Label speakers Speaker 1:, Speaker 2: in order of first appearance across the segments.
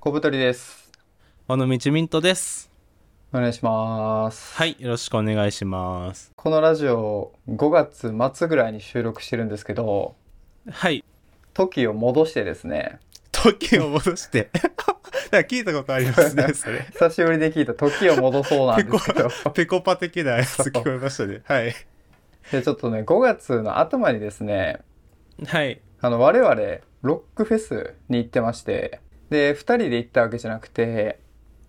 Speaker 1: 小太りです。
Speaker 2: 尾道ミントです。
Speaker 1: お願いします。
Speaker 2: はい、よろしくお願いします。
Speaker 1: このラジオ5月末ぐらいに収録してるんですけど、
Speaker 2: はい、
Speaker 1: 時を戻してですね、
Speaker 2: 時を戻して。 なんか聞いたことあります ね、それ。
Speaker 1: 久しぶりで聞いた時を戻そうなんですけ ど、
Speaker 2: ペコパ的なやつ聞こえましたね。はい。
Speaker 1: でちょっとね、5月の頭にですね、
Speaker 2: はい。
Speaker 1: あの、我々、ロックフェスに行ってまして、で、2人で行ったわけじゃなくて、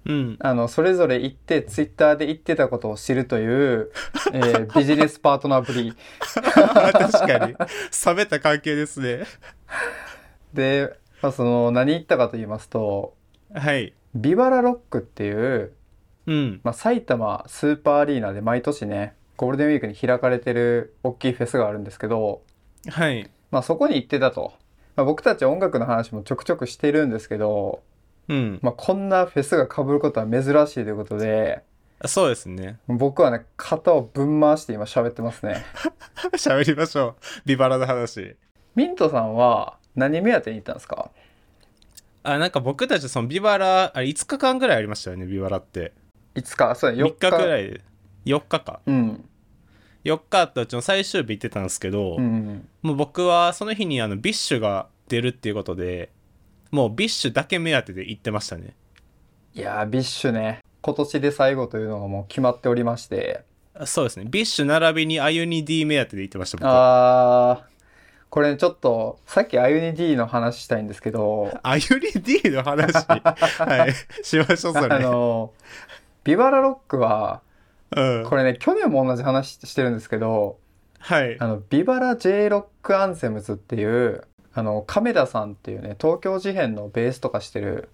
Speaker 2: うん。
Speaker 1: あの、それぞれ行って、ツイッターで行ってたことを知るという、え ービジネスパートナーぶり。
Speaker 2: 確かに。冷めた関係ですね。
Speaker 1: で、まあ、その、何行ったかと言いますと、
Speaker 2: はい。
Speaker 1: ビバラロックっていう、
Speaker 2: うん。
Speaker 1: まあ、埼玉スーパーアリーナで毎年ね、ゴールデンウィークに開かれてる大きいフェスがあるんですけど、
Speaker 2: はい。
Speaker 1: まあ、そこに行ってたと。まあ、僕たち音楽の話もちょくちょくしてるんですけど、
Speaker 2: うん。
Speaker 1: まあ、こんなフェスが被ることは珍しいということで、
Speaker 2: そうですね。
Speaker 1: 僕はね、肩をぶん回して今喋ってますね。
Speaker 2: 喋りましょう。ビバラの話。
Speaker 1: ミントさんは何目当てに行ったんですか
Speaker 2: あ、なんか僕たちそのビバラ、あれ5日間ぐらいありましたよね、ビバラって。
Speaker 1: ?5 日、そうだ、
Speaker 2: 3
Speaker 1: 4
Speaker 2: 日ぐら
Speaker 1: い。
Speaker 2: いで。4日か。
Speaker 1: うん。
Speaker 2: 4日あったうちの最終日行ってたんですけど、
Speaker 1: うん。
Speaker 2: もう僕はその日にあのビッシュが出るっていうことでもうビッシュだけ目当てで行ってましたね
Speaker 1: いやー、ビッシュね、今年で最後というのがもう決まっておりまして、
Speaker 2: あそうですねビッシュ並びにアユニ D 目当てで行ってました僕は
Speaker 1: あー、これちょっと、さっきアユニ D の話したいんですけど、
Speaker 2: アユニ D の話はいしましょうそれ
Speaker 1: あの、ビバラロックは、
Speaker 2: うん
Speaker 1: これね、去年も同じ話してるんですけど、
Speaker 2: はい
Speaker 1: あの、ビバラ J ロックアンセムズっていう、あの、亀田さんっていうね、東京事変のベースとかしてる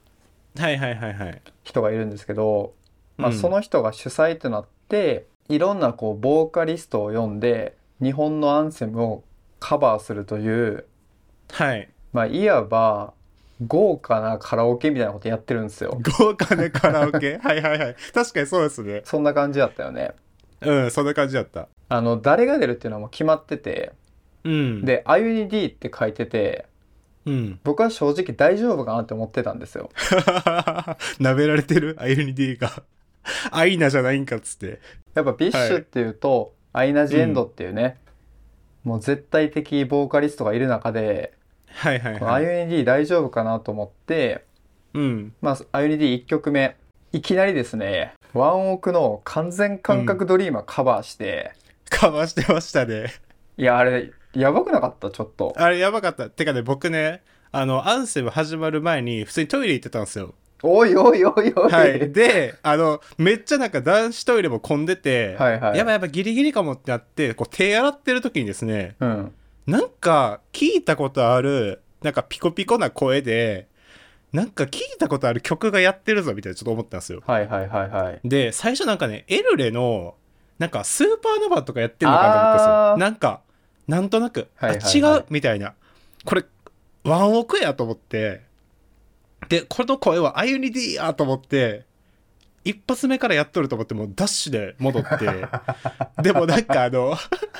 Speaker 2: はいはいはいはい
Speaker 1: 人がいるんですけど、まあ、
Speaker 2: うん
Speaker 1: その人が主催となって、いろんなこう、ボーカリストを呼んで、日本のアンセムをカバーするという、
Speaker 2: はい
Speaker 1: まあ、いわば豪華なカラオケみたいなことやってるんですよ。
Speaker 2: 豪華なカラオケ はいはいはい確かにそうですね
Speaker 1: そんな感じだったよね。
Speaker 2: うんそんな感じだった
Speaker 1: あの、誰が出るっていうのはもう決まってて、
Speaker 2: うん
Speaker 1: で、あゆに D って書いてて、
Speaker 2: うん
Speaker 1: 僕は正直大丈夫かなって思ってたんですよ。
Speaker 2: なめられてるアユニ D がアイナじゃないんかっつって
Speaker 1: やっぱビッシュっていうと、アイナ・ジ・エンドっていうね、もう絶対的ボーカリストがいる中で、
Speaker 2: はいはい
Speaker 1: このあ
Speaker 2: はい
Speaker 1: ゆに D 大丈夫かなと思って、
Speaker 2: うん
Speaker 1: まあ、あゆに D1 曲目、いきなりですね、ワンオークの完全感覚ドリーマーカバーして、
Speaker 2: かましてましたね。
Speaker 1: いや、あれ、やばくなかった、ちょっと。
Speaker 2: あれやばかった。てかね、僕ね、あの、アンセム始まる前に普通にトイレ行ってたんですよ。
Speaker 1: おいおいおいおい。
Speaker 2: はい。で、あの、めっちゃなんか男子トイレも混んでて、
Speaker 1: はいはい
Speaker 2: やばいやばいギリギリかもってなって、こう手洗ってる時にですね、
Speaker 1: うん。
Speaker 2: なんか聞いたことある、なんかピコピコな声で、なんか聞いたことある曲がやってるぞみたいなちょっと思ったんですよ。
Speaker 1: はいはいはいはい。
Speaker 2: で、最初なんかね、エルレの、なんかスーパーノバとかやってんのかなと思ったんです
Speaker 1: あ
Speaker 2: よ
Speaker 1: ー。
Speaker 2: なんか、なんとなく、あ、
Speaker 1: はいはいはい
Speaker 2: 違うみたいな。これ、ワンオクやと思って、で、この声はアユニディやと思って、一発目からやっとると思って、もうダッシュで戻 って、でもなんかあの、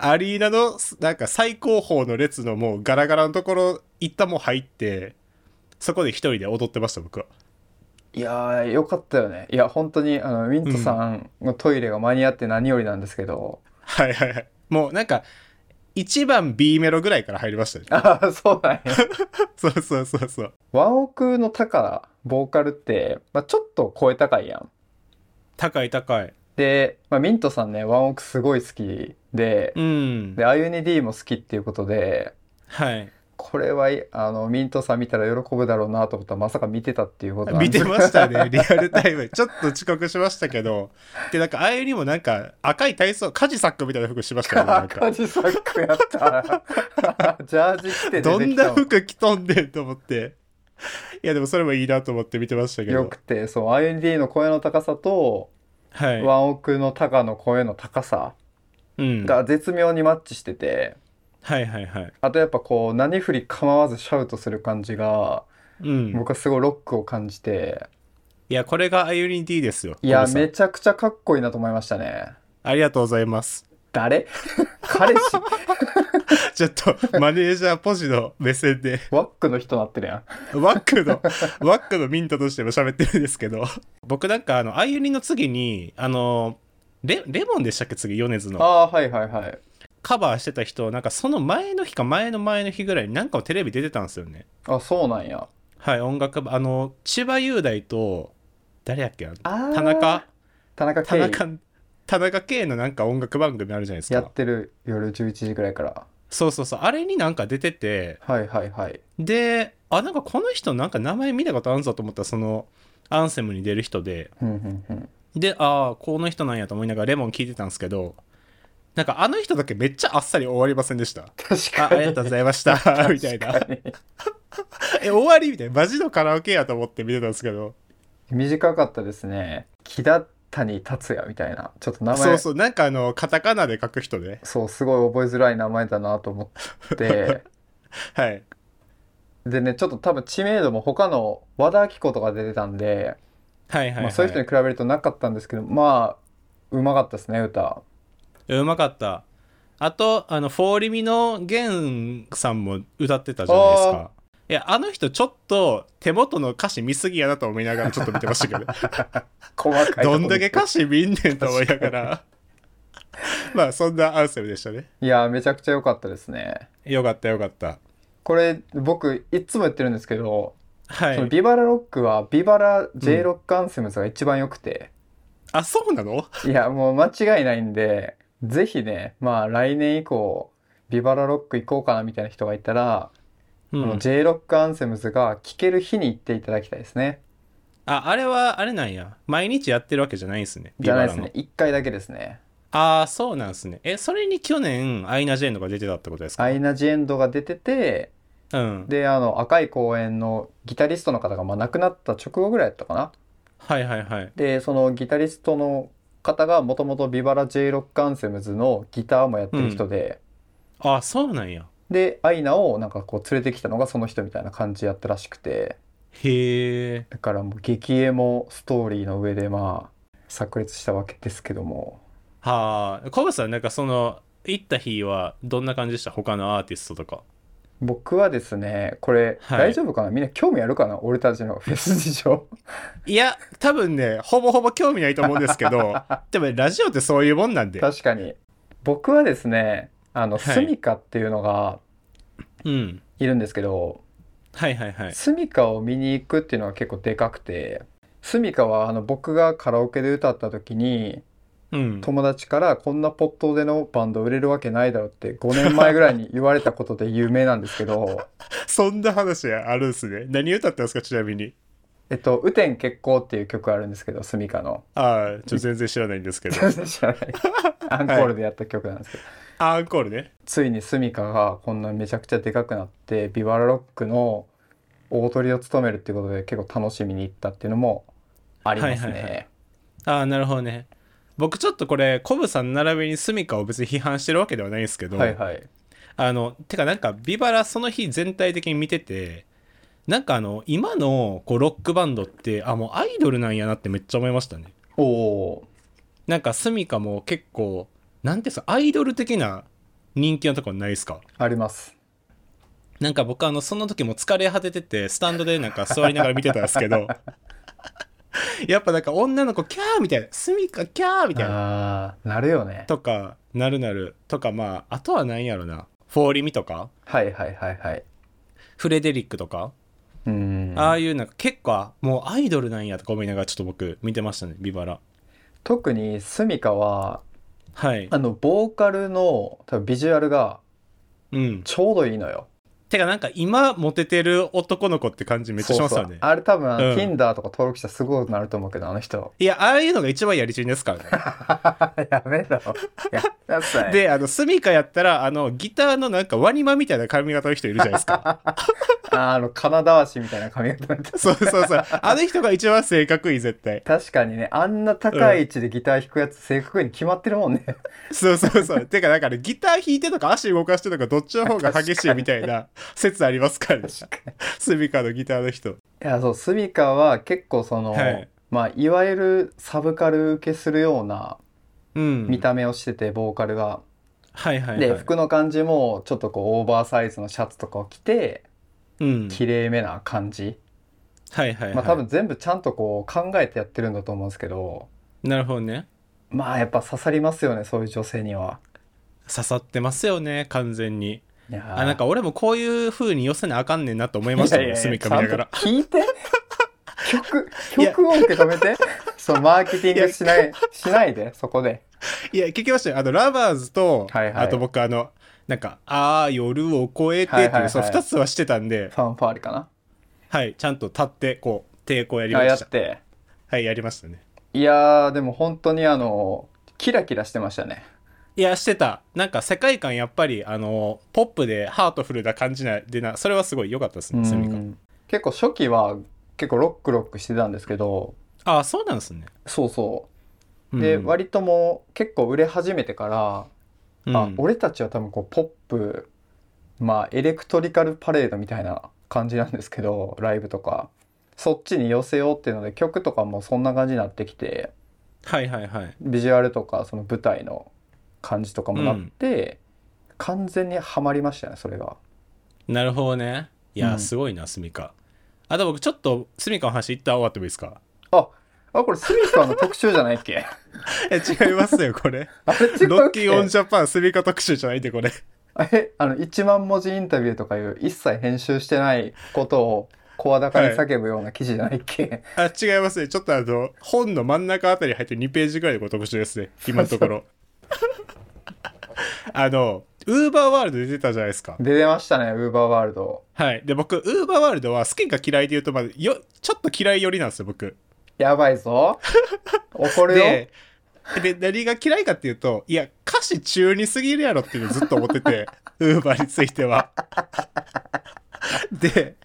Speaker 2: アリーナの、なんか最高峰の列のもうガラガラのところ、一旦もう入って、そこで一人で踊ってました、僕は。
Speaker 1: いやー、よかったよね。いや、本当に、あの、ウィントさんのトイレが間に合って何よりなんですけど。
Speaker 2: はいはいはい。もうなんか、1番 B メロぐらいから入りましたね。
Speaker 1: ああ、そうなんや。
Speaker 2: そうそうそうそう。
Speaker 1: ワンオクの高なボーカルって、まあ、ちょっと声高いやん。
Speaker 2: 高い高い。
Speaker 1: で、まあ、ミントさんね、ワンオクすごい好きで、
Speaker 2: うん
Speaker 1: で、。アユニ D も好きっていうことで、
Speaker 2: はい。
Speaker 1: これは、あの、ミントさん見たら喜ぶだろうなと思ったら、まさか見てたっていうことなん
Speaker 2: 見
Speaker 1: で
Speaker 2: てましたね、リアルタイム。ちょっと遅刻しましたけど。で、なんか、ああいうにもなんか、赤い体操、カジサックみたいな服しましたよね。な ん
Speaker 1: 赤
Speaker 2: か
Speaker 1: 字サックやった。 ジャージ着て出てきた
Speaker 2: ど
Speaker 1: も
Speaker 2: んな服着とんねんと思って。いや、でもそれもいいなと思って見てましたけ
Speaker 1: よ
Speaker 2: ど
Speaker 1: く。て、そう、IND の声の高さと、
Speaker 2: はい。
Speaker 1: ワンオクの高の声の高さ
Speaker 2: うん。は
Speaker 1: が絶妙にマッチしてて、
Speaker 2: いはいはい。
Speaker 1: あとやっぱこう、何振り構わずシャウトする感じが、
Speaker 2: うん。
Speaker 1: 僕はすごいロックを感じて、
Speaker 2: いや、これがあゆに D ですよ。
Speaker 1: いや、
Speaker 2: 小野さん
Speaker 1: めちゃくちゃかっこいいなと思いましたね。
Speaker 2: ありがとうございます。
Speaker 1: 誰 彼氏
Speaker 2: ちょっ とマネージャーポジの目線で
Speaker 1: ワックの人なってるやん。
Speaker 2: ワックのワックのミントとしても喋ってるんですけど僕なんかあのあゆりの次にあのレレモンでしたっけ次米津
Speaker 1: あ
Speaker 2: の
Speaker 1: あ、はいはいはい。
Speaker 2: カバーしてた人なんかその前の日か前の前の日ぐらいになんかをテレビ出てたんですよね
Speaker 1: あ、そうなんや。
Speaker 2: はい音楽部あの千葉雄大と誰やっけあの
Speaker 1: あー
Speaker 2: 田中
Speaker 1: 田中
Speaker 2: 田
Speaker 1: 圭
Speaker 2: 中田中圭のなんか音楽番組あるじゃないです
Speaker 1: や
Speaker 2: か
Speaker 1: ってる夜11時ぐらいから。
Speaker 2: そうそうそうあれになんか出てて
Speaker 1: はいはいはい。
Speaker 2: であなんかこの人なんか名前見たことあるぞと思ったらそのアンセムに出る人で
Speaker 1: ふんふんふん。
Speaker 2: でああこの人なんやと思いながらレモン聞いてたんですけどなんかあの人だけめっちゃあっさり終わりませんでした
Speaker 1: 確
Speaker 2: あ
Speaker 1: かに。
Speaker 2: ありがとうございま したみたいな
Speaker 1: 確かに
Speaker 2: え終わりみたいなマジのカラオケやと思って見てたんですけど
Speaker 1: 短かったですね。木田谷達也みたいな。ちょっと名前、
Speaker 2: そうそうなんかあのカタカナで書く人ね
Speaker 1: そうすごい覚えづらい名前だなと思 って。
Speaker 2: はい
Speaker 1: でね、ちょっと多分知名度も他の和田アキ子とか出てたんで、
Speaker 2: はいはい、はい
Speaker 1: まあ、そういう人に比べるとなかったんですけど、まあ、うまかったですね、歌。
Speaker 2: うまかったあとあのフォーリミの源さんも歌ってたじゃないですかいやあの人ちょっと手元の歌詞見すぎやなと思いながらちょっと見てましたけど
Speaker 1: 細かいとこ
Speaker 2: どんだけ歌詞見んねんと思いながら まあそんなアンセムでしたね
Speaker 1: いや、めちゃくちゃ良かったですね。
Speaker 2: よかったよかった
Speaker 1: これ、僕、いつも言ってるんですけど、
Speaker 2: は
Speaker 1: その
Speaker 2: い
Speaker 1: ビバラロックは、ビバラ J ロックアンセムズが一番良くて、
Speaker 2: あそうなの
Speaker 1: いや、もう間違いないんで、ぜひね、まあ来年以降、ビバラロック行こうかなみたいな人がいたら、
Speaker 2: う
Speaker 1: この
Speaker 2: ん
Speaker 1: J ロックアンセムズが聴ける日に行っていただきたいですね。
Speaker 2: ああれはあれなんや毎日やってるわけじゃないんすね
Speaker 1: じゃないで
Speaker 2: ビ
Speaker 1: す
Speaker 2: バラ
Speaker 1: ね
Speaker 2: の。
Speaker 1: 一回だけですね。
Speaker 2: ああそうなんすねえそれに去年アイナ・ジェーンとか出てたってことですか
Speaker 1: アイナ・ジ・エンドが出てて、
Speaker 2: うん
Speaker 1: で、あの、赤い公園のギタリストの方が、まあ亡くなった直後ぐらいだったかな。
Speaker 2: はいはいはい
Speaker 1: でそのギタリストの方がもともとビバラ J ロックアンセムズのギターもやってる人で、
Speaker 2: あそうなんや
Speaker 1: でアイナをなんかこう連れてきたのがその人みたいな感じやったらしくて
Speaker 2: へえ
Speaker 1: だからもう激エモストーリーの上でまあ炸裂したわけですけども
Speaker 2: はあコブさんなんかその行った日はどんな感じでした他のアーティストとか
Speaker 1: 僕はですねこれ
Speaker 2: はい
Speaker 1: 大丈夫かな、みんな興味あるかな俺たちの フェス事情
Speaker 2: いや多分ねほぼほぼ興味ないと思うんですけ どでもラジオってそういうもんなんで
Speaker 1: 確かに僕はですねあの
Speaker 2: はい
Speaker 1: スミカっていうのが
Speaker 2: うん
Speaker 1: いるんですけど、
Speaker 2: はいはいはい
Speaker 1: スミカを見に行くっていうのは結構でかくて、スミカはあの僕がカラオケで歌った時に
Speaker 2: うん
Speaker 1: 友達からこんなポットでのバンド売れるわけないだろって5年前ぐらいに言われたことで有名なんですけど、
Speaker 2: そんな話あるんすね何歌ったんですかちなみに
Speaker 1: えっと、雨天決行っていう曲あるんですけど、スミカ の。
Speaker 2: ああちょっと全然知らないん ですけど
Speaker 1: 全然知ら ない。アンコールでやった曲なんですけど。
Speaker 2: あアンコールね
Speaker 1: ついにスミカがこんなめちゃくちゃでかくなって、ビバラロックの大トリを務めるっていうことで結構楽しみに行ったっていうのもあります
Speaker 2: はいはいは
Speaker 1: ね。
Speaker 2: ああなるほどね僕ちょっとこれコブさん並びにスミカを別に批判してるわけではないんですけど、
Speaker 1: はいはい。
Speaker 2: あのてかなんかビバラその日全体的に見ててなんかあの今のこうロックバンドってあもうアイドルなんやなってめっちゃ思いましたね
Speaker 1: おおー。
Speaker 2: なんかスミカも結構なんていうんですかアイドル的な人気のとこないですか
Speaker 1: あります。
Speaker 2: なんか僕あのその時も疲れ果てててスタンドでなんか座りながら見てたんですけど やっぱなんか女の子キャーみたいなスミカキャーみたいな
Speaker 1: ああ、なるよね。
Speaker 2: とかなるなるとかまああとは何やろなフォーリミとか
Speaker 1: はいはいはいはい。
Speaker 2: フレデリックとか
Speaker 1: うん。
Speaker 2: ああいうなんか結構もうアイドルなんやとか思いながらちょっと僕見てましたねビバラ
Speaker 1: 特にスミカは、
Speaker 2: はい
Speaker 1: あの、ボーカルの多分ビジュアルが
Speaker 2: うん
Speaker 1: ちょうどいいのよ。
Speaker 2: てかなんか今モテてる男の子って感じめっちゃしますよね
Speaker 1: そうそうあれ多分、
Speaker 2: うん
Speaker 1: Tinder とか登録したらすごくなると思うけど、あの人。
Speaker 2: いやああいうのが一番やりちんですからね
Speaker 1: やめろ。やめなさい。
Speaker 2: であのスミカやったらあのギターのなんかワニマみたいな髪型の人いるじゃないですか
Speaker 1: あーあの、金だわしみたいな髪型。
Speaker 2: そうそうそうあの人が一番性格いい絶対
Speaker 1: 確かにね、あんな高い位置でギター弾くやつ、正確に決まってるもんね。
Speaker 2: そうそうそうてかなんかねギター弾いてとか足動かしてとかどっちの方が激しいみたいな 説ありますからね
Speaker 1: 確かに。
Speaker 2: スミカのギターの人
Speaker 1: いや、そう、スミカは結構その、
Speaker 2: はい
Speaker 1: まあ、いわゆるサブカル受けするような、
Speaker 2: うん
Speaker 1: 見た目をしててボーカルが。
Speaker 2: はいはいはい
Speaker 1: で服の感じもちょっとこうオーバーサイズのシャツとかを着て
Speaker 2: うん
Speaker 1: きれいめな感じ、
Speaker 2: はいはいはい
Speaker 1: まあ、多分全部ちゃんとこう考えてやってるんだと思うんですけど
Speaker 2: なるほどね
Speaker 1: まあやっぱ刺さりますよねそういう女性には。
Speaker 2: 刺さってますよね完全に
Speaker 1: いやー
Speaker 2: あなんか俺もこういう風に寄せなあかんねんなと思いまし
Speaker 1: い
Speaker 2: た
Speaker 1: やい
Speaker 2: ね
Speaker 1: やいや
Speaker 2: 隅か見ながら
Speaker 1: ちゃんと聞いて 曲曲を受け止めてそのマーケティングしないしないでそこで
Speaker 2: いや聞きましたよあのラバーズと、
Speaker 1: はいはい
Speaker 2: あと僕あのなんか「ああ夜を越えて」って、
Speaker 1: はいいうはいはい
Speaker 2: そう2つはしてたんで
Speaker 1: ファンファーレかな
Speaker 2: はいちゃんと立ってこう抵抗やり
Speaker 1: あ
Speaker 2: ま
Speaker 1: や
Speaker 2: し
Speaker 1: ったて
Speaker 2: はいやりましたね
Speaker 1: いやーでも本当にあのキラキラしてましたね
Speaker 2: いやしてたなんか世界観やっぱりあのポップでハートフルな感じなでなそれはすごい良かったです
Speaker 1: う
Speaker 2: ねスミカ
Speaker 1: ん結構初期は結構ロックロックしてたんですけど
Speaker 2: ああそうなんですね
Speaker 1: そうそうで、割ともう結構売れ始めてから、
Speaker 2: と
Speaker 1: あ俺たちは多分こうポップまあエレクトリカルパレードみたいな感じなんですけどライブとかそっちに寄せようっていうので曲とかもそんな感じになってきて
Speaker 2: はいはいはい
Speaker 1: ビジュアルとかその舞台の感じとかもなって、完全にはまりましたねそれが。
Speaker 2: なるほどねいや、
Speaker 1: うん
Speaker 2: すごいなスミカあと僕ちょっとスミカの話一旦終わってもいいで すか
Speaker 1: ああこれスミカの特集じゃないっけ
Speaker 2: え違いますよこれ
Speaker 1: あ れ違うっけ
Speaker 2: ロッキー・オン・ジャパンスミカ特集じゃないんでこれ
Speaker 1: えあの1万文字インタビューとかいう一切編集してないことを声高に叫ぶような記事じゃないっけ、
Speaker 2: あ違いますねちょっとあの本の真ん中あたり入って2ページぐらいでご特集ですね今のところ あのウーバーワールドで出てたじゃないですか
Speaker 1: 出てましたねウーバーワールド。
Speaker 2: はいで僕ウーバーワールドは好きか嫌いで言うとまずよちょっと嫌い寄りなんですよ僕
Speaker 1: やばいぞ。 怒るよ。
Speaker 2: でで何が嫌いかっていうといや歌詞中にすぎるやろっていうのずっと思って てウーバーについては。で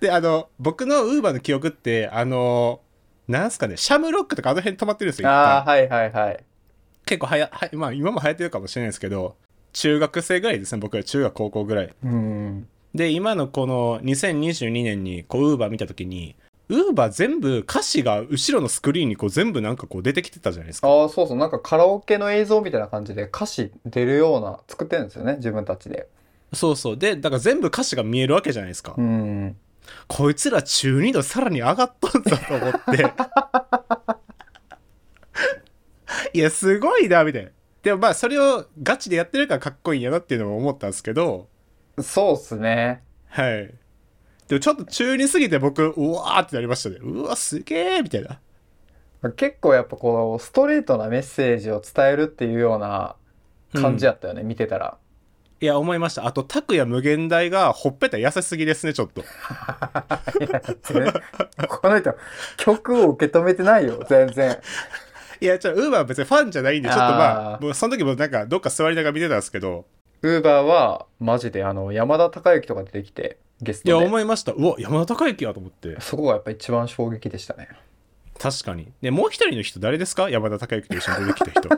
Speaker 2: であの僕のウーバーの記憶ってあのなんすかねシャムロックとかあの辺止まってるんですよいっ
Speaker 1: ああ、
Speaker 2: ぱ
Speaker 1: はいはいはい。
Speaker 2: い結構はやはまあ今も流行ってるかもしれないですけど中学生ぐらいですね僕は中学高校ぐらい
Speaker 1: うん。
Speaker 2: で今のこの2022年にこうウーバー見た時にウーバー全部歌詞が後ろのスクリーンにこう全部なんかこう出てきてたじゃないですか
Speaker 1: ああ、そうそう。なんかカラオケの映像みたいな感じで歌詞出るような作ってるんですよね。自分たちで。
Speaker 2: そうそうでだから全部歌詞が見えるわけじゃないですか、
Speaker 1: うん。
Speaker 2: こいつら中2度さらに上がっとんだと思って いやすごいなみたいなでもまあそれをガチでやってるからかっこいいんやなっていうのも思ったんですけど
Speaker 1: そうっすね。
Speaker 2: はいでもちょっと中2すぎて僕うわーってなりましたねうわすげーみたいな
Speaker 1: 結構やっぱこう、ストレートなメッセージを伝えるっていうような感じやったよね。見てたら。
Speaker 2: いや思いましたあと拓也無限大がほっぺた痩せすぎですねちょっと
Speaker 1: いや全然この人、曲を受け止めてないよ。全然。
Speaker 2: いやちょウーバー別にファンじゃないんでちょっとま
Speaker 1: あ
Speaker 2: あ
Speaker 1: ー
Speaker 2: もうその時もなんかどっか座りながら見てたんですけど
Speaker 1: ウーバーは、マジであの、山田孝之とか出てきて、ゲス
Speaker 2: いや
Speaker 1: トで。
Speaker 2: 思いましたうわ山田孝之やと思って
Speaker 1: そこがやっぱ一番衝撃でしたね。
Speaker 2: 確かにでもう一人の人誰ですか山田孝之と一緒に出てきた人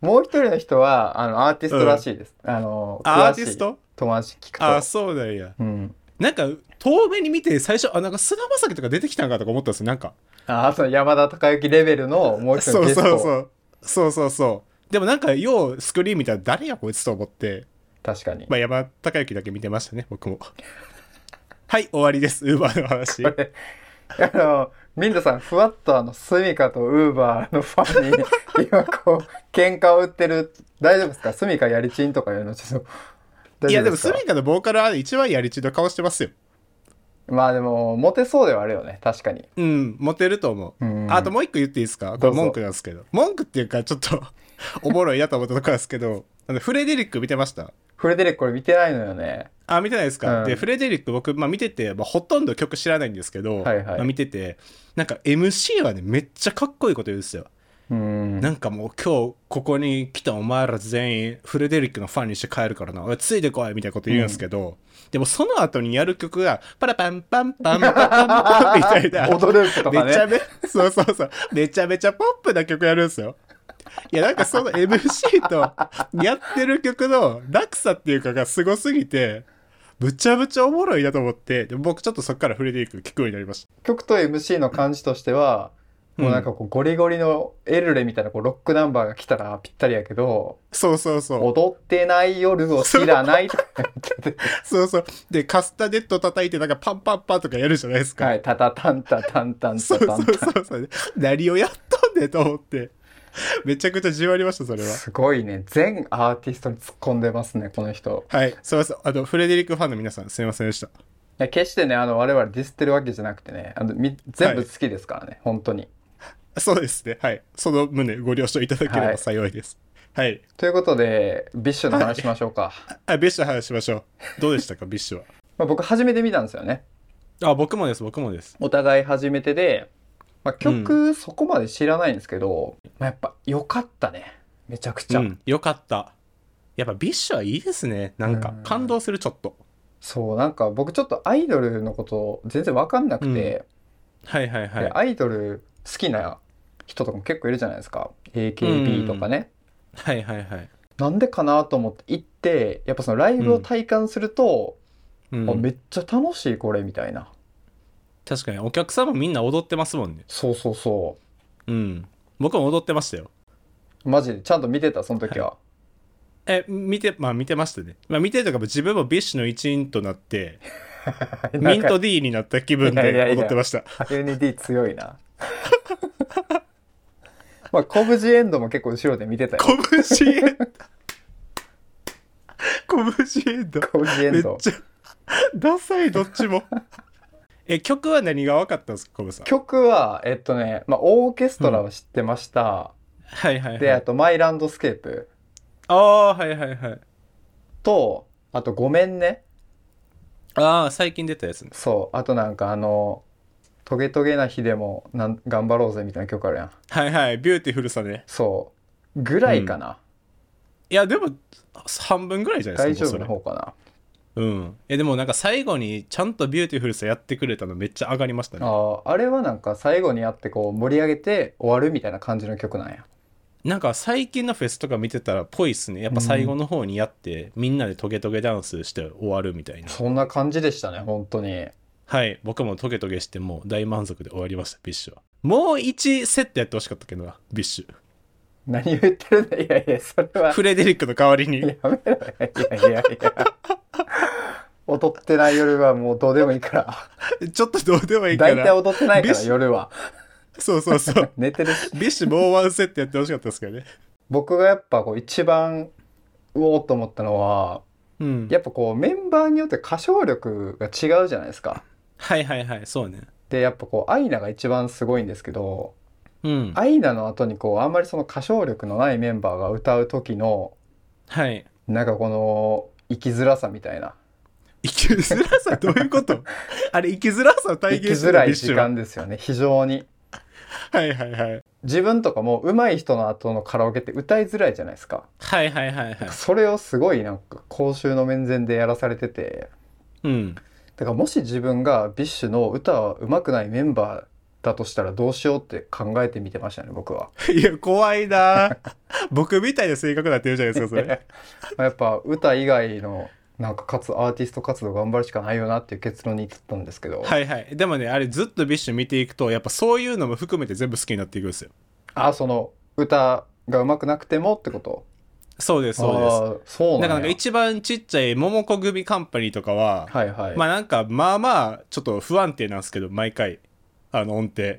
Speaker 1: もう一人の人は、あの、アーティストらしいです。あの、詳しい
Speaker 2: あアーティスト
Speaker 1: 友達聞く
Speaker 2: ああ
Speaker 1: と。
Speaker 2: そうなんや
Speaker 1: うん。
Speaker 2: なんか遠目に見て最初あなんか菅田将暉とか出てきたんかとか思ったんですよなんか
Speaker 1: あ、あと山田孝之レベルのもう一人
Speaker 2: そ
Speaker 1: の
Speaker 2: う
Speaker 1: ゲスト。
Speaker 2: そうそうそうそうそうでもなんかようスクリーン見たら誰やこいつと思って、
Speaker 1: 確かに。
Speaker 2: まあ、山田孝之だけ見てましたね僕も はい終わりですウーバーの話
Speaker 1: これ、あの、ミントさん、ふわっとあの、スミカとウーバーのファ ンに、今こう、喧嘩を売ってる。大丈夫ですかスミカやりちんとかいうの、ちょっと。
Speaker 2: いや
Speaker 1: 大丈夫
Speaker 2: でも
Speaker 1: です
Speaker 2: ス
Speaker 1: か
Speaker 2: ミカのボーカルは一番やりちの顔してますよ
Speaker 1: まあでも、モテそうではあるよね。確かに。
Speaker 2: うん、モテると思う。
Speaker 1: うん
Speaker 2: あともう一個言っていいですかこ
Speaker 1: どう
Speaker 2: れ
Speaker 1: ぞ
Speaker 2: 文句なんですけど。文句っていうか、ちょっと、 おもろいなと思ったところなんですけど、あのフレデリック見てました
Speaker 1: フレデリックこれ見てないのよね。
Speaker 2: あ、見てないですか、
Speaker 1: うん
Speaker 2: で、フレデリック僕、まあ見てて、まあほとんど曲知らないんですけど、
Speaker 1: はいはい
Speaker 2: まあ見てて、なんか MC はね、めっちゃかっこいいこと言うんですよ。
Speaker 1: うん。
Speaker 2: なんかもう今日ここに来たお前ら全員フレデリックのファンにして帰るからな、おいついてこいみたいなこと言うんですけど、でもその後にやる曲が、パラパンパンパンパンパンパンみたいな。
Speaker 1: 踊るとかね。
Speaker 2: めちゃめそうそうそうめちゃめちゃポップな曲やるんですよいやなんかその MC とやってる曲の落差っていうかがすごすぎてむちゃむちゃおもろいなと思ってで僕ちょっとそっからフレデリック聞くようになりまし
Speaker 1: 曲と MC の感じとしてはもうなんかこうゴリゴリのエルレみたいなこうロックナンバーが来たらぴったりやけど、
Speaker 2: そうそうそう
Speaker 1: 踊ってない夜を知ら ないとか言ってて、
Speaker 2: そうそうでカスタネット叩いてなんかパンパンパンとかやるじゃないですか、
Speaker 1: はい、タタタンタタンタン
Speaker 2: そ
Speaker 1: タタ
Speaker 2: うそう
Speaker 1: ンタ
Speaker 2: そうそう何をやったんねんと思ってめちゃくちゃじわりましたそれ
Speaker 1: ン。
Speaker 2: は
Speaker 1: すごいね。全アーティストに突っ込んでますね、この人。
Speaker 2: はいすいませんあのフレデリックファンの皆さんすいませんでした
Speaker 1: いや決してね、あの、我々ディスってるわけじゃなくてね、あのみ全部好きですからね、本当に。
Speaker 2: そうですねはいその旨ご了承いただければ幸いですはい、
Speaker 1: ということで、ビッシュの話しましょうか。
Speaker 2: あビッシュ話しましょうどうでしたかビッシュは
Speaker 1: まあ、僕、初めて見たんですよね。
Speaker 2: あ僕もです僕もです
Speaker 1: お互い初めてで、まあ、曲そこまで知らないんですけど、まあ、やっぱ良かったねめちゃくちゃ、
Speaker 2: うん、よかったやっぱビッシュはいいですねなんか
Speaker 1: うん
Speaker 2: 感動するちょっと
Speaker 1: そうなんか僕ちょっとアイドルのこと全然分かんなくて、
Speaker 2: はいはいは
Speaker 1: で
Speaker 2: い
Speaker 1: アイドル好きな人とかも結構いるじゃないですか AKB とかね、
Speaker 2: はいはいはい、
Speaker 1: なんでかなと思って行ってやっぱそのライブを体感すると、
Speaker 2: うん
Speaker 1: あめっちゃ楽しいこれみたいな
Speaker 2: 確かにお客さんもみんな踊ってますもんね
Speaker 1: そうそうそ
Speaker 2: うん僕も踊ってましたよ
Speaker 1: うマジでちゃんと見てたその時は、
Speaker 2: え見てまあ見てましたねまあ見てたから自分もビッシュの一員となってミント D になった気分
Speaker 1: いやいや
Speaker 2: で
Speaker 1: いや
Speaker 2: 踊ってました
Speaker 1: UND 強いな まあコブジエンドも結構後ろで見てたよ
Speaker 2: 拳エンド拳エンド
Speaker 1: コブジエ
Speaker 2: め
Speaker 1: ン
Speaker 2: っ
Speaker 1: ド
Speaker 2: ちゃダサいどっちもえ曲は何が分かったんですかコブさん
Speaker 1: 曲はえっとね、まあ、オーケストラは知ってました、
Speaker 2: はいはい
Speaker 1: で
Speaker 2: は
Speaker 1: あ
Speaker 2: い
Speaker 1: と「マイランドスケープ
Speaker 2: ああはいはいはい」
Speaker 1: とあと「ごめんね
Speaker 2: ああ最近出たやつね」
Speaker 1: そうあとなんかあの「トゲトゲな日でもなん頑張ろうぜ」みたいな曲あるやん
Speaker 2: はいはいビューティフルさね
Speaker 1: そうぐらいかな、
Speaker 2: いやでも半分ぐらいじゃない
Speaker 1: 大
Speaker 2: です
Speaker 1: 丈
Speaker 2: か
Speaker 1: 夫の
Speaker 2: もう
Speaker 1: 方かな
Speaker 2: それうんえでもなんか最後にちゃんとビューティフルさやってくれたのめっちゃ上がりましたね
Speaker 1: あーあれはなんか最後にやってこう盛り上げて終わるみたいな感じの曲なんや
Speaker 2: なんか最近のフェスとか見てたらぽいっすねやっぱ最後の方にやって、みんなでトゲトゲダンスして終わるみたいな
Speaker 1: そんな感じでしたね本当に
Speaker 2: はい僕もトゲトゲしてもう大満足で終わりましたビッシュはもう1セットやってほしかったけどなビッシュ
Speaker 1: 何を言ってるんだいやいやそれは
Speaker 2: フレデリックの代わりに
Speaker 1: やめろよいやいやいやいや踊ってない夜はもうどうでもいいから
Speaker 2: ちょっとどうでもいいか
Speaker 1: 大体
Speaker 2: ら
Speaker 1: 踊ってないか
Speaker 2: ビ
Speaker 1: ら
Speaker 2: シ
Speaker 1: 夜は
Speaker 2: そうそうそう
Speaker 1: 寝てるし
Speaker 2: ビッシュもうワンセットやってほしかったですけどね
Speaker 1: 僕がやっぱこう一番うおーっと思ったのは
Speaker 2: うん
Speaker 1: やっぱこうメンバーによって歌唱力が違うじゃないですか
Speaker 2: はいはいはいそうね
Speaker 1: でやっぱこうアイナが一番すごいんですけど
Speaker 2: うん
Speaker 1: アイナの後にこうあんまりその歌唱力のないメンバーが歌う時の
Speaker 2: はい
Speaker 1: なんかこの生きづらさみたいな
Speaker 2: 生きづらさどういうこと あれ生きづらさを体
Speaker 1: 生き
Speaker 2: 現して
Speaker 1: づ
Speaker 2: る
Speaker 1: ら
Speaker 2: ビッ
Speaker 1: い
Speaker 2: シ
Speaker 1: 時
Speaker 2: ュは
Speaker 1: 間ですよね非常に
Speaker 2: はいはいはい
Speaker 1: 自分とかも上手い人の後のカラオケって歌いづらいじゃないですか
Speaker 2: はいはいはいはい
Speaker 1: それをすごいなんか公衆の面前でやらされてて
Speaker 2: うん
Speaker 1: だからもし自分がビッシュの歌は上手くないメンバーだとしたらどうしようって考えてみてましたね僕は
Speaker 2: いや怖いな僕みたいな性格になってるじゃないですか それ
Speaker 1: やっぱ歌以外のなんかかつアーティスト活動頑張るしかないよなっていう結論に至ったんですけど、
Speaker 2: はいはいでもねあれずっとビッシュ見ていくとやっぱそういうのも含めて全部好きになっていくんですよ
Speaker 1: あその歌が上手くなくてもってこと
Speaker 2: そうですそう
Speaker 1: う
Speaker 2: で
Speaker 1: ですそう
Speaker 2: す
Speaker 1: な
Speaker 2: なん
Speaker 1: や
Speaker 2: んかなんか一番ちっちゃい桃子組カンパニーとかは、
Speaker 1: はいはい、
Speaker 2: まあなんかまあまあちょっと不安定なんですけど毎回あの音程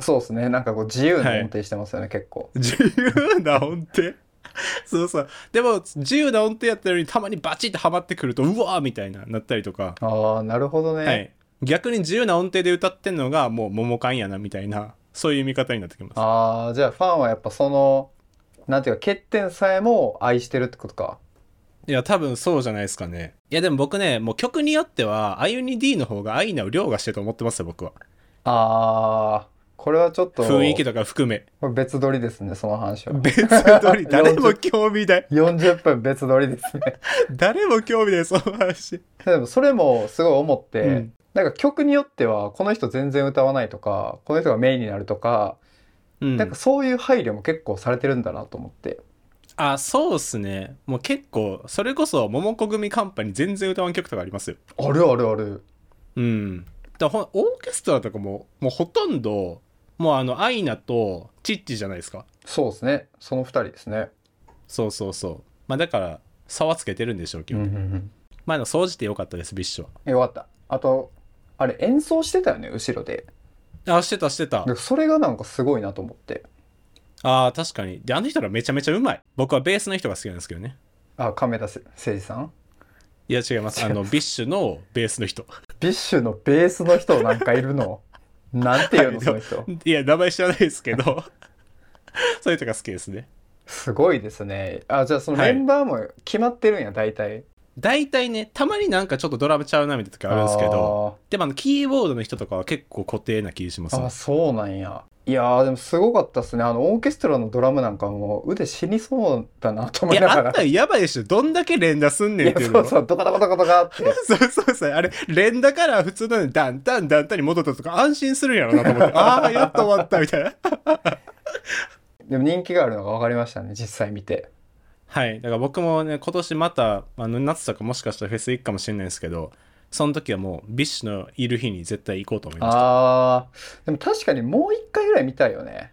Speaker 1: そうですねなんかこう自由な
Speaker 2: はい
Speaker 1: 音程してますよね、結構
Speaker 2: 自由な音程そうそうでも自由な音程やったのにたまにバチッとハマってくるとうわーみたいななったりとか、
Speaker 1: ああなるほどね、
Speaker 2: はい、逆に自由な音程で歌ってんのがもう桃缶やなみたいなそういう見方になってきます
Speaker 1: ああじゃあファンはやっぱそのなんていうか欠点さえも愛してるってことか
Speaker 2: いや多分そうじゃないですかねいやでも僕ねもう曲によってはあゆに D の方がアイナを凌駕してると思ってますよ僕は
Speaker 1: ああこれはちょっと
Speaker 2: 雰囲気とか含め
Speaker 1: これ別撮りですねその話は
Speaker 2: 別撮り誰も興味 ない
Speaker 1: 40分別撮りですね
Speaker 2: 誰も興味ないその話
Speaker 1: でもそれもすごい思って、
Speaker 2: うん
Speaker 1: なんか曲によってはこの人全然歌わないとかこの人がメインになるとか、
Speaker 2: うん
Speaker 1: なんかそういう配慮も結構されてるんだなと思って
Speaker 2: あそうっすねもう結構それこそ桃子組カンパニー全然歌わん曲とかありますよ
Speaker 1: あるあるある
Speaker 2: うんだからほんオーケストラとかももうほとんどもうあのアイナとチッチじゃないですか
Speaker 1: そうですね。その二人ですね。
Speaker 2: そうそうそうまあだから差はつけてるんでしょうけ
Speaker 1: うん
Speaker 2: ど、
Speaker 1: う
Speaker 2: ま
Speaker 1: ん
Speaker 2: あ
Speaker 1: うん
Speaker 2: まあの掃除てよかったですビッシュ
Speaker 1: よかった。あと、あれ演奏してたよね、後ろで。
Speaker 2: はあしてたしてた
Speaker 1: でそれがなんかすごいなと思って。
Speaker 2: あー確かにであの人らめちゃめちゃうまい僕はベースの人が好きなんですけどね
Speaker 1: あ、亀田せ誠治さん
Speaker 2: いや違いますあのビッシュのベースの人
Speaker 1: ビッシュのベースの人なんかいるのなんていうの、その人。
Speaker 2: いや名前知らないですけど そういう人が好きですね
Speaker 1: すごいですね。あ、じゃあその
Speaker 2: はい
Speaker 1: メンバーも決まってるんや、大体。
Speaker 2: 大体ねたまになんかちょっとドラムちゃうなみたいな時あるんですけどでもあのキーボードの人とかは結構固定な気します
Speaker 1: あーあ、
Speaker 2: ね
Speaker 1: そうなんや。いやーでもすごかったっすね。あの、オーケストラのドラムなんかもう腕死にそうだなと思
Speaker 2: い
Speaker 1: いな
Speaker 2: やあ
Speaker 1: が
Speaker 2: ん
Speaker 1: ら。
Speaker 2: なんやばいでしょどんだけ連打すん
Speaker 1: い
Speaker 2: ねん
Speaker 1: や、
Speaker 2: っていう
Speaker 1: そ
Speaker 2: の
Speaker 1: うそう、ドカドカドカドカって。
Speaker 2: そうそうそう。あれ、連打から普通のダンダンダンダンに戻ったとか安心するんやろなと 思って、ああ、やっと終わったみたいな。
Speaker 1: でも人気があるのが分かりましたね、実際見て。
Speaker 2: はい。だから僕もね、今年また、あの、夏とかもしかしたらフェス行くかもしれないですけど、その時はもう、ビッシュのいる日に絶対行こうと思いました。
Speaker 1: あー、でも確かにもう一回ぐらい見たいよね。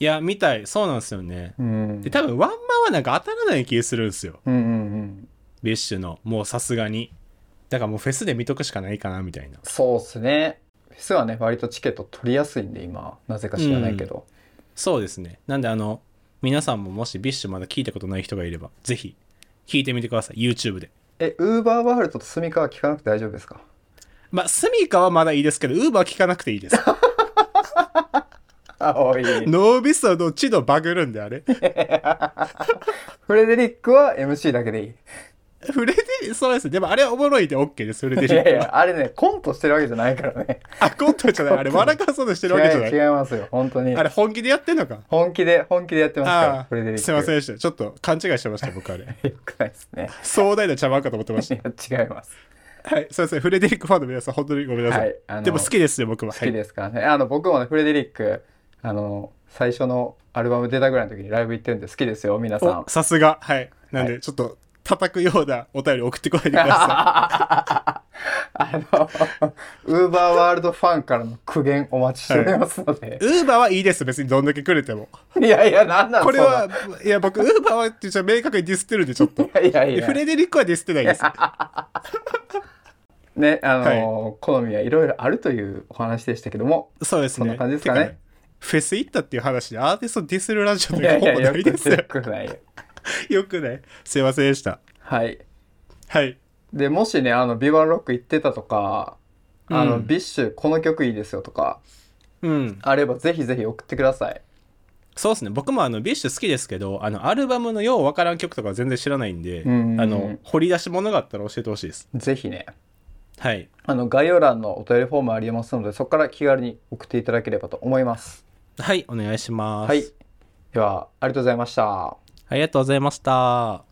Speaker 2: いや、見たい。そうなんですよね。
Speaker 1: うん。
Speaker 2: で、多分ワンマンはなんか当たらない気がするんですよ。
Speaker 1: うんうんうん。
Speaker 2: ビッシュの。もうさすがに。だからもうフェスで見とくしかないかな、みたいな。
Speaker 1: そうっすね。フェスはね、割とチケット取りやすいんで、今。なぜか知らないけど。
Speaker 2: そうですね。なんであの、皆さんももしビッシュまだ聞いたことない人がいれば、ぜひ、聞いてみてください。YouTube で。
Speaker 1: え、ウーバーワールドとスミカは聞かなくて大丈夫ですか
Speaker 2: まあ、スミカはまだいいですけど、ウーバー聞かなくていい です。
Speaker 1: あ、おい。
Speaker 2: 脳みその知度バグるんで、あれ。
Speaker 1: フレデリックは MC だけでいい。
Speaker 2: フレデリ、 そうです。でもあれはおもろいで OK です、フレデ
Speaker 1: い
Speaker 2: リッ
Speaker 1: や
Speaker 2: ク
Speaker 1: い
Speaker 2: は。
Speaker 1: や、あれね、コントしてるわけじゃないからね。
Speaker 2: あ、コントじゃ ない。あれ、笑かそうとして
Speaker 1: 違
Speaker 2: るわけじゃない
Speaker 1: い。違いますよ、本当に
Speaker 2: あ。れ、本気でやってんのか。
Speaker 1: 本気で、本気でやってますから、
Speaker 2: あ
Speaker 1: フレデリッ
Speaker 2: あ、
Speaker 1: ク。
Speaker 2: すいません
Speaker 1: ん。
Speaker 2: でした。ちょっと勘違いしてました、僕、あれ。
Speaker 1: よくないですね。
Speaker 2: 壮大な茶番かと思ってまし
Speaker 1: いや、違います。
Speaker 2: た。はい、すいません。フレデリックファンの皆さん、本当にごめんなさ。
Speaker 1: はいい。あの
Speaker 2: でも好きですよ、僕は。
Speaker 1: 好き
Speaker 2: はい
Speaker 1: ですからね、あの僕もねフレデリックあの最初のアルバム出たぐらいの時にライブ行ってるんで好きですよ皆さん
Speaker 2: おさすが。はい。なん
Speaker 1: は
Speaker 2: で、ちょっと、叩くようなお便り送ってこないでくださ
Speaker 1: あのウーバーワールドファンからの苦言お待ちしておりますので
Speaker 2: い。、ウーバーはいいです、別にどんだけくれても。
Speaker 1: い、やいやなんなん
Speaker 2: これ
Speaker 1: そ
Speaker 2: は、いや、僕、ウーバーはってちょっと明確にディスってるんで、ちょっと。
Speaker 1: んないやいやい
Speaker 2: で
Speaker 1: や
Speaker 2: フレデリックはディスってないです。
Speaker 1: ねあの、好みはいろいろあるというお話でしたけども
Speaker 2: そうですね。
Speaker 1: そんな感じですかね
Speaker 2: てフェス行ったっていう話でアーティストディスるラジオと
Speaker 1: い
Speaker 2: いう
Speaker 1: やい
Speaker 2: ほ
Speaker 1: や
Speaker 2: ぼ
Speaker 1: よ
Speaker 2: ない
Speaker 1: く
Speaker 2: ですよ。
Speaker 1: よくないよ
Speaker 2: よくない。すいませんでした。
Speaker 1: はい
Speaker 2: はい。
Speaker 1: でもしねあのビバロック行ってたとかあの、
Speaker 2: うん
Speaker 1: ビッシュこの曲いいですよとか
Speaker 2: うん。
Speaker 1: あればぜひぜひ送ってください
Speaker 2: そうですね。僕もあの、ビッシュ好きですけど、あの、アルバムのようわからん曲とかは全然知らないんで、
Speaker 1: うん
Speaker 2: あの、掘り出し物があったら教えてほしいです。
Speaker 1: ぜひね
Speaker 2: はい。
Speaker 1: あの概要欄のお便りフォームありますのでそこから気軽に送っていただければと思います。
Speaker 2: はい、お願いします。
Speaker 1: はい、ではありがとうございました。
Speaker 2: ありがとうございました。